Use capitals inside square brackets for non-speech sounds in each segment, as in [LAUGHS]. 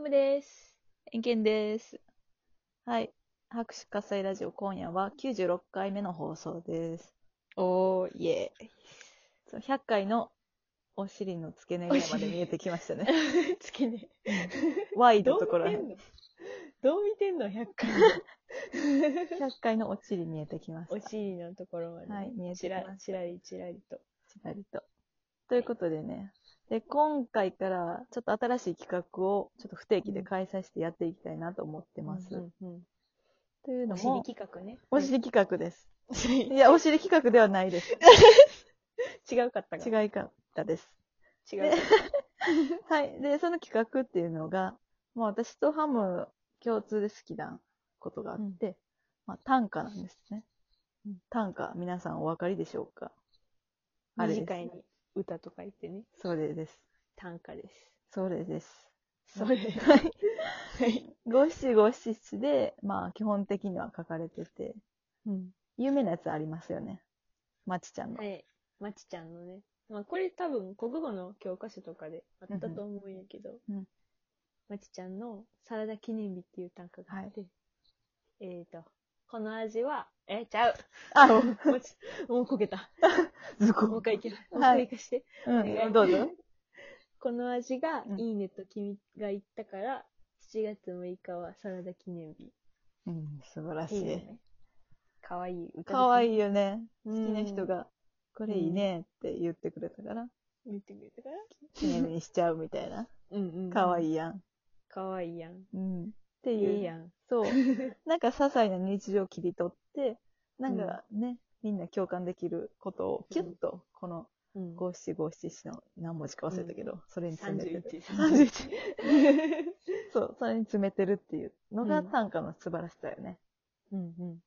ムです。円健です。はい。拍手喝采ラジオ今夜は96回目の放送です。おー、イエそう100回のお尻の付け根ぐらいまでお尻見えてきましたね。ーイ。 [LAUGHS] つけね。 [LAUGHS] ワイドどうところ見らてへんん。のどう見てんの ?100 回。 100回のお尻見えてきました。お尻のところまで。はい見えてちきまらしたちらりちらりと。ちらりと。ということでね。で、今回からはちょっと新しい企画をちょっと不定期で開催してやっていきたいなと思ってます。うんうんうんというのお尻も、企画ね。お尻企画です。お尻 [LAUGHS] いや、お尻企画ではないです。違うかったか。違いかったです。違うかった。はい。で、その企画っていうのが、もう私とハム共通で好きなことがあって、まあ短歌なんですねうん。短歌、皆さんお分かりでしょうか [LAUGHS] あれです短いに歌とか言ってね。それです。短歌です。それです。それ。はい。はい。五七五七七で、まあ基本的には書かれてて、有名なやつありますよね。まちちゃんの。はい。まちちゃんのね。まあ、これ多分、国語の教科書とかであったと思うんやけど、うんまちちゃんのサラダ記念日っていう単価があって、えーと、この味は、え、ちゃう。あ、もうちもうこけた。ずもこう一。回いける。もう一はい回いかして。うん、どう [LAUGHS] ぞ。この味がう、んいいねと君が言ったから、7月6日はサラダ記念日。うん、素晴らしいいい。ね。かわいい歌ですね。かわい。いいよね。好好きな人。が、これいいねって言ってくれたから、言ってくれたから。記念日にしちゃうみたいな。うんうんうん。かわい。いいやん。かわいいやん。うん。っていう。いいやん。そう。 [LAUGHS] なんか些細な日常を切り取って、なんかね、みんな共感できることをキュッと、このうん五七五七七の何文字か忘れたけど、それに詰めてる。 31 31。そう、それに詰めてるっていうのがうん短歌の素晴らしさよね。うん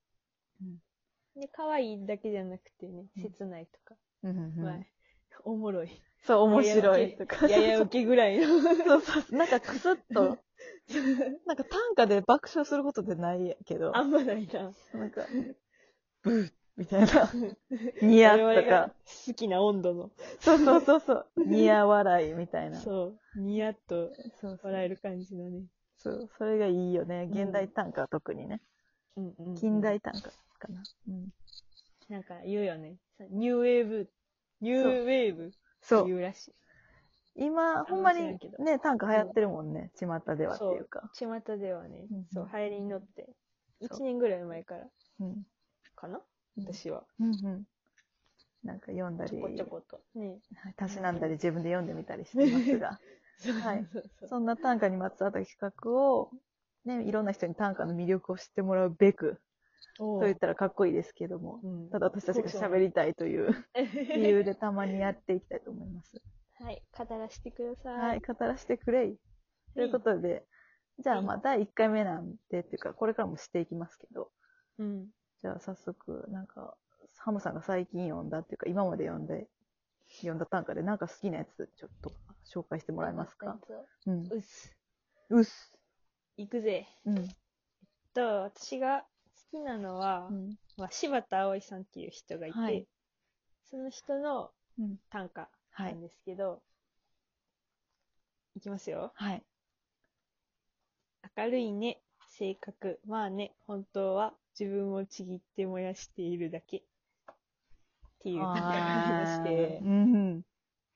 うん。で、可愛いだけじゃなくてね、うん切ないとか、うんうんまあ、おもろい、そう、面白いとか。ややウケぐらいの。そうそう。なんかクスッ [LAUGHS] と、なんか短歌で爆笑することってないけど、あんまないな。なんか、ブーみたい [LAUGHS] な、ニヤッ我々とがか。好きな温度の。そうそうそうそう。似合笑いみたいな。う。そう。ニヤッとそうそう笑える感じのね。そう。それがいいよね。うん現代短歌は特にね。うんうんうん近代。短歌かな。うん。なんか言うよね。ニューウェーブ、ニューウェーブってそう言。うらしい。今、のほんま知らにんけどね、短歌流行ってるもんね。巷ではっていうか。巷ではねうんうん、そう、流行りに乗って、そう1年ぐらい前から、うん。かなうん私は。うんうん。なんか読んだちりょ、こちょこと。ね。はいたしなんだり自分で読んでみたりしてます [LAUGHS] が、はいそうそうそう。そんな短歌にまつわった企画を、ね、いろんな人に短歌の魅力を知ってもらうべく、おとう言ったらかっこいいですけども、うん [LAUGHS] ただ私たちが喋りたいという理由でたまにやっていきたいと思います。はい、語らせてください。はい、語らせてくれい。ということで、じゃあまあ第1回目なんでっていうか、これからもしていきますけど、うん。じゃあ早速、なんか、ハムさんが最近読んだっていうか、今まで読んで、読んだ短歌でなんか好きなやつ、ちょっと紹介してもらえますかうん。うっす。うっす。行くぜ。うん。と、私が好きなのは、うん。まあ、柴田葵さんっていう人がいて、はいその人のうん。短歌はないん。ですけど、いきますよ。はい。明るいね、性格。まあね、本当は自分をちぎって燃やしているだけ。っていう短歌がありまあしてーう。ん。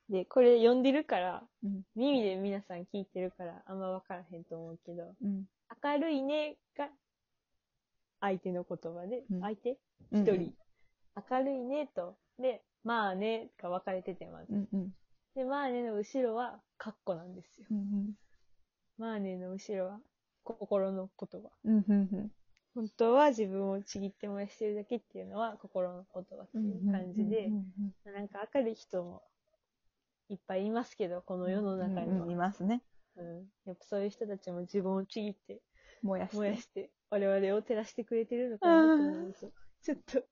で、これ読んでるから、うん耳で皆さん聞いてるから、あんま分からへんと思うけど、うん。明るいねが相手の言葉で、うん相手うん一人、。明るいねと、で、まあねが分かれててまず。うんうん。で、まあねの後ろは、カッコなんですよ。うんまあねの後ろは、心の言葉。うん。うんうん本当は自分をちぎって燃やしてるだけっていうのは、心の言葉ってういん。う感じでうん、うんなんか明るい人もいっぱいいますけど、こうのん。世の中には。うんいますね。うん。やっぱそういう人たちも自分をちぎって燃やして。燃やして、我々を照らしてくれてるのかなと思うと、ちょっと切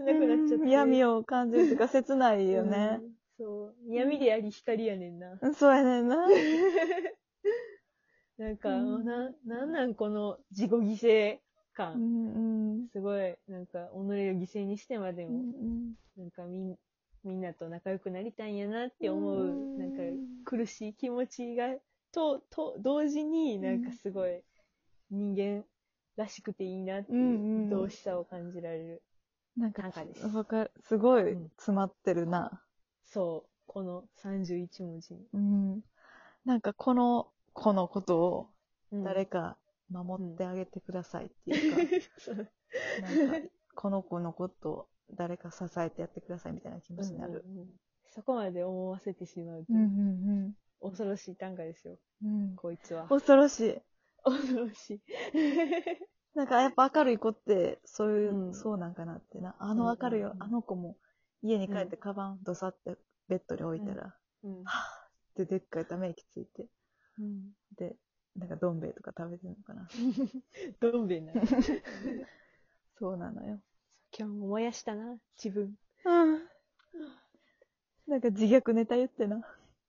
なくなっちゃって。うん闇をを感じるとか切ないよね。そう。闇であり光やねんな。うん、そうやねんな。なんか、うんな、なんなんこの自己犠牲う感。んうん。すごい、なんか、己を犠牲にしてまでうも、んなんかみん、みんなと仲良くなりたいんやなって思うんう、なんか、苦しい気持ちがと、と、同時にんなんかすごい人間らしくていいなってういんううん動しさを感じられる。なんか短歌です、わかる。すごいうん詰まってるな。そう、この31文字に。うん。なんかこの子のことをうん誰か守ってあげてくださいっていうか、そうなんかこの子のことを誰か支えてやってくださいみたいな気持ちになる。うんうんうんそこまで思わせてしまうとうん、うん恐ろしい短歌ですよ、うん。うん、こい [LAUGHS] つは。恐ろしい。恐ろしい。なんかやっぱ明るい子って、そういう、うんそうなんかなってな。あの明るい、うんうんうんあの子も、家に帰ってカバンどさってベッドに置いたら、 [LAUGHS] うんで、でっかいため息ついて、うんで、なんかどん兵衛とか食べてるのかな。どん兵衛な。 [LAUGHS] そうなのよ。今日も燃やしたな、自分。なんか自虐ネタ言ってな。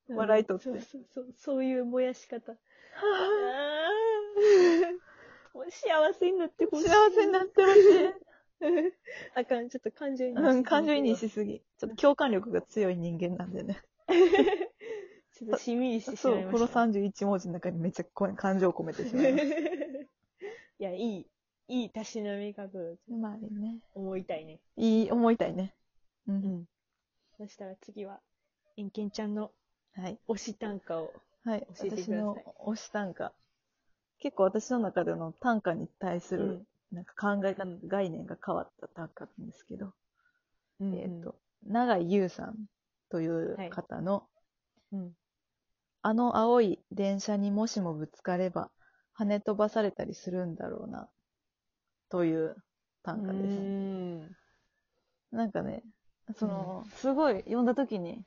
笑い取ってそうそうそう、そういう燃やし方。あーもう幸せになってほしい。てほしい。あかん、ちょっと感情移入 [LAUGHS] うん、感情移入ちしすぎ。ちょっと共感力が強い人間なんでね。ょっとしんみりしてしそ、まいうまこした。の31文字の中にめっちゃこう感情を込めてしまいましいや、いい、いいたしなみ方だとた。 [LAUGHS] まあね。思いたいね。いい、思いたいね。う。うんん。そしたら次は、エンケンちゃんのはい。推し短歌を。はい。教えてく私ださいの推し短歌。結構私の中での短歌に対する、なんか考え方、うん概念が変わった短歌なんですけど、うん。えっ、と、永井優さんというはい方の、うん。あの青い電車にもしもぶつかれば、跳ね飛ばされたりするんだろうな、という短歌です。うん。なんかね、その、すごい読んだ時に、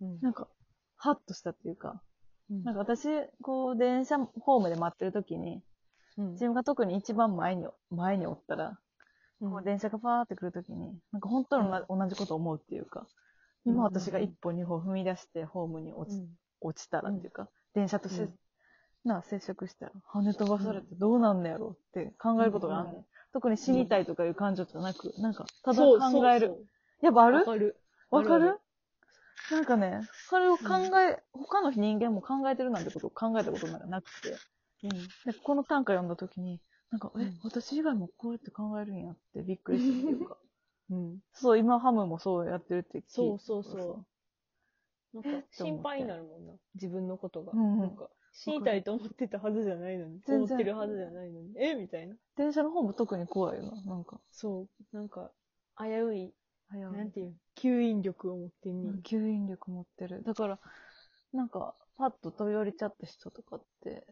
うんなんか、ハッとしたっていうか、うんなんか私、こう、電車、ホームで待ってる時に、うん自分が特に一番前に、前におったら、こう電車がパーって来る時に、なんか本当に同同じこと思うっていうか、今私が一歩二歩踏み出してホームに落ち落ちたらっていうか、電車として、うんなあ接触したら跳ね飛ばされてどうなんのやろうって考えることがあんねん、うん特に死にたいとかいう感情じゃなく、なんか、ただそうそうそう考える。やっぱあるわかる。わかあるるあるなんかね、それを考え、他の人間も考えてるなんてことを考えたことなんかなくて、でこの短歌読んだ時に、なんか、うえん、私以外もこうやって考えるんやってびっくりしたっていうか、 [LAUGHS] うん。そう、今ハムもそうやってるって聞いてそうそうそう。なんか心配になるもんな。自分分のことが。うんうんなんか死にたいと思ってたはずじゃないのに、全思然ってるはずじゃないのに、えみたいな。電車の方も特に怖いよな、なんか。そう。なんか、危うい、早なんていう吸引力を持ってんねん。吸引力持ってる。だから、なんか、パッと飛び降りちゃった人とかって、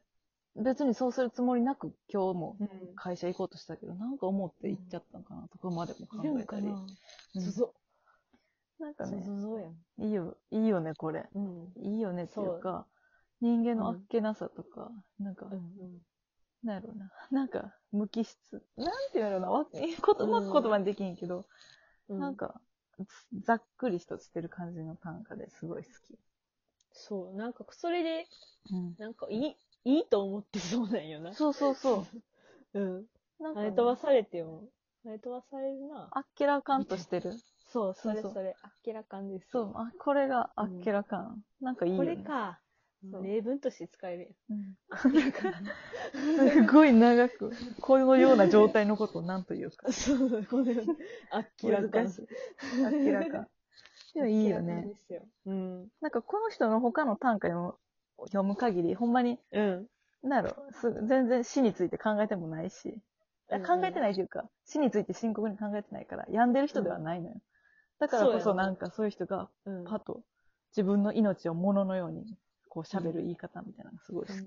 別にそうするつもりなく今日もう会社行こうとしたけど、なんか思って行っちゃったのかなとかまでも考なえんたかり。な。うんそうそなんう。かそうね、そうそうやん。いいよ、いいよね、これ。うん。いいよねっていうか、人間のあっけなさとか、なんかう、ん。なんやろうな。 [LAUGHS] なんか、無機質。なんていうんやろうな。わことうまく言葉にできんけど、うん。なんか、ざっくりとしてる感じの短歌ですごい好そう。なんか、それで、き。うん。なんか、いい、いいと思ってそうなんよな。そうそうそう。うん。なんか跳ね、ね飛ばされても、跳ね飛ばされるな。あっけらかんとしてる。そう、それそうそうそれ、明らかんです。そう、あ、これがあっけらかん。なんかいいこよ、ね。れか。そう例文として使えるうん。やすごい長く、このような状態のことを何というかん。。そう、これ、明らかん。難しい。あっけらかん。 [LAUGHS] でもいいよ明らかんね。ですよ。うん。なんかこの人の他の短歌を読む限り、ほんまに、うん。なんやろす全然死について考えてもないし、あうん考えてないというか、死について深刻に考えてないから、病んでる人ではないのよ。だからこそそうやねなんかそういう人が、うん。パッと自分の命を物のように、こう喋る言い方みたいなのがすごい好き。うん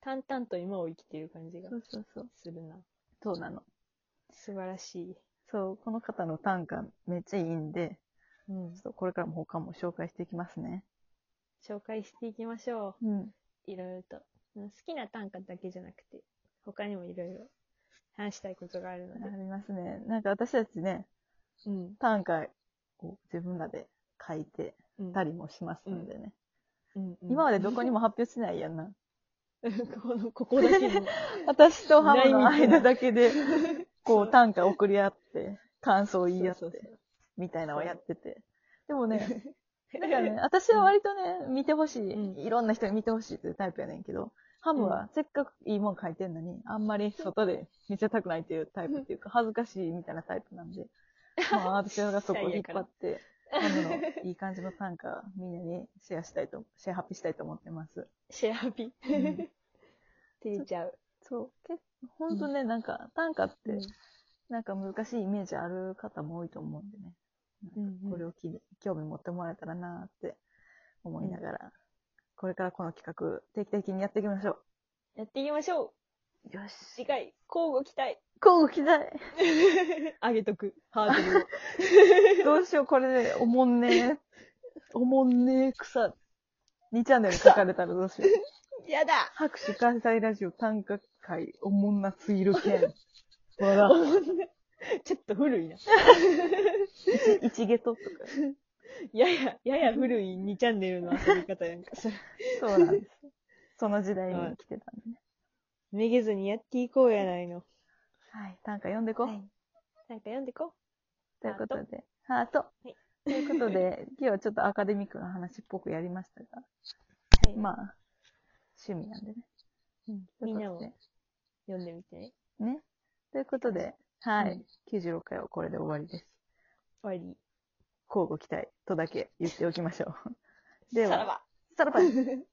淡々と今を生きている感じがそうそうそう。するな。そうなの。素晴らしい。そう、この方の短歌めっちゃいいんで、うんちょっ。とこれからも他も紹介していきますね。紹介していきましょうん。う。いろいろと。うん好きな短歌だけじゃなくて、他にもいろいろ話したいことがあるのあで。りますね。なんか私たちね、うん。短歌を自分らで書いてうんたりもしますのでね。うんうん今までどこにも発表してないやんな。 [LAUGHS] この、ここだけの。私とハムのないみたいな間だけで、 [LAUGHS] こそうう短歌 [LAUGHS] 送り合って、感想を言い合っそうそうて、みたいなのをやってて。でもね、だからね、私は割とね、見てほしい、うんいろんな人に見てほしいというタイプやねんけど、ハムはせっかくいいもん書いてんのに、あんまり外で見せたくないっていうタイプっていうか、恥ずかしいみたいなタイプなん [LAUGHS] で、まあ私はそこを引っ張って、ハムのいい感じの短歌、みんなにシェアしたいと、シェアハッピーしたいと思ってます。シェアピ。ん照れちゃう。そう、結構、ほんとね、なんか短歌って、うんなんか難しいイメージある方も多いと思うんでね。なんうんうかんこれを機に興味持ってもらえたらなーって思いながら、これからこの企画、定期的にやっていきましょやっていきましょう。よう。し。次回、交互期 [LAUGHS] 待。こう期待上げとく。ハードルを。どうしよう、これで、おもんねー。 [LAUGHS] おもんねー草。2チャンネル書かれたらどうしよう。 [LAUGHS] やだ拍手関西ラジオ短歌会、おもんなすぎる件。わら。 [LAUGHS] ちょっと古いな。 [LAUGHS] 一ゲトとか。やや、やや古い2チャンネルの遊び方やんか。 [LAUGHS] それそうなんです。その時代に来てたんでね。めげずにやっていこうやないの。はい。短歌読んでこう。はいなんか読んでこということで、ハート。いということで、今日はちょっとアカデミックな話っぽくやりましたが、う。はい。まあ、趣味なんでね。うんといみうんこなとも読んでみてね。でね。ということで、はい。うん96回はこれで終わりです。終わり。交互期待とだけ言っておきましょう。では [LAUGHS] さらば。 [LAUGHS] さらばい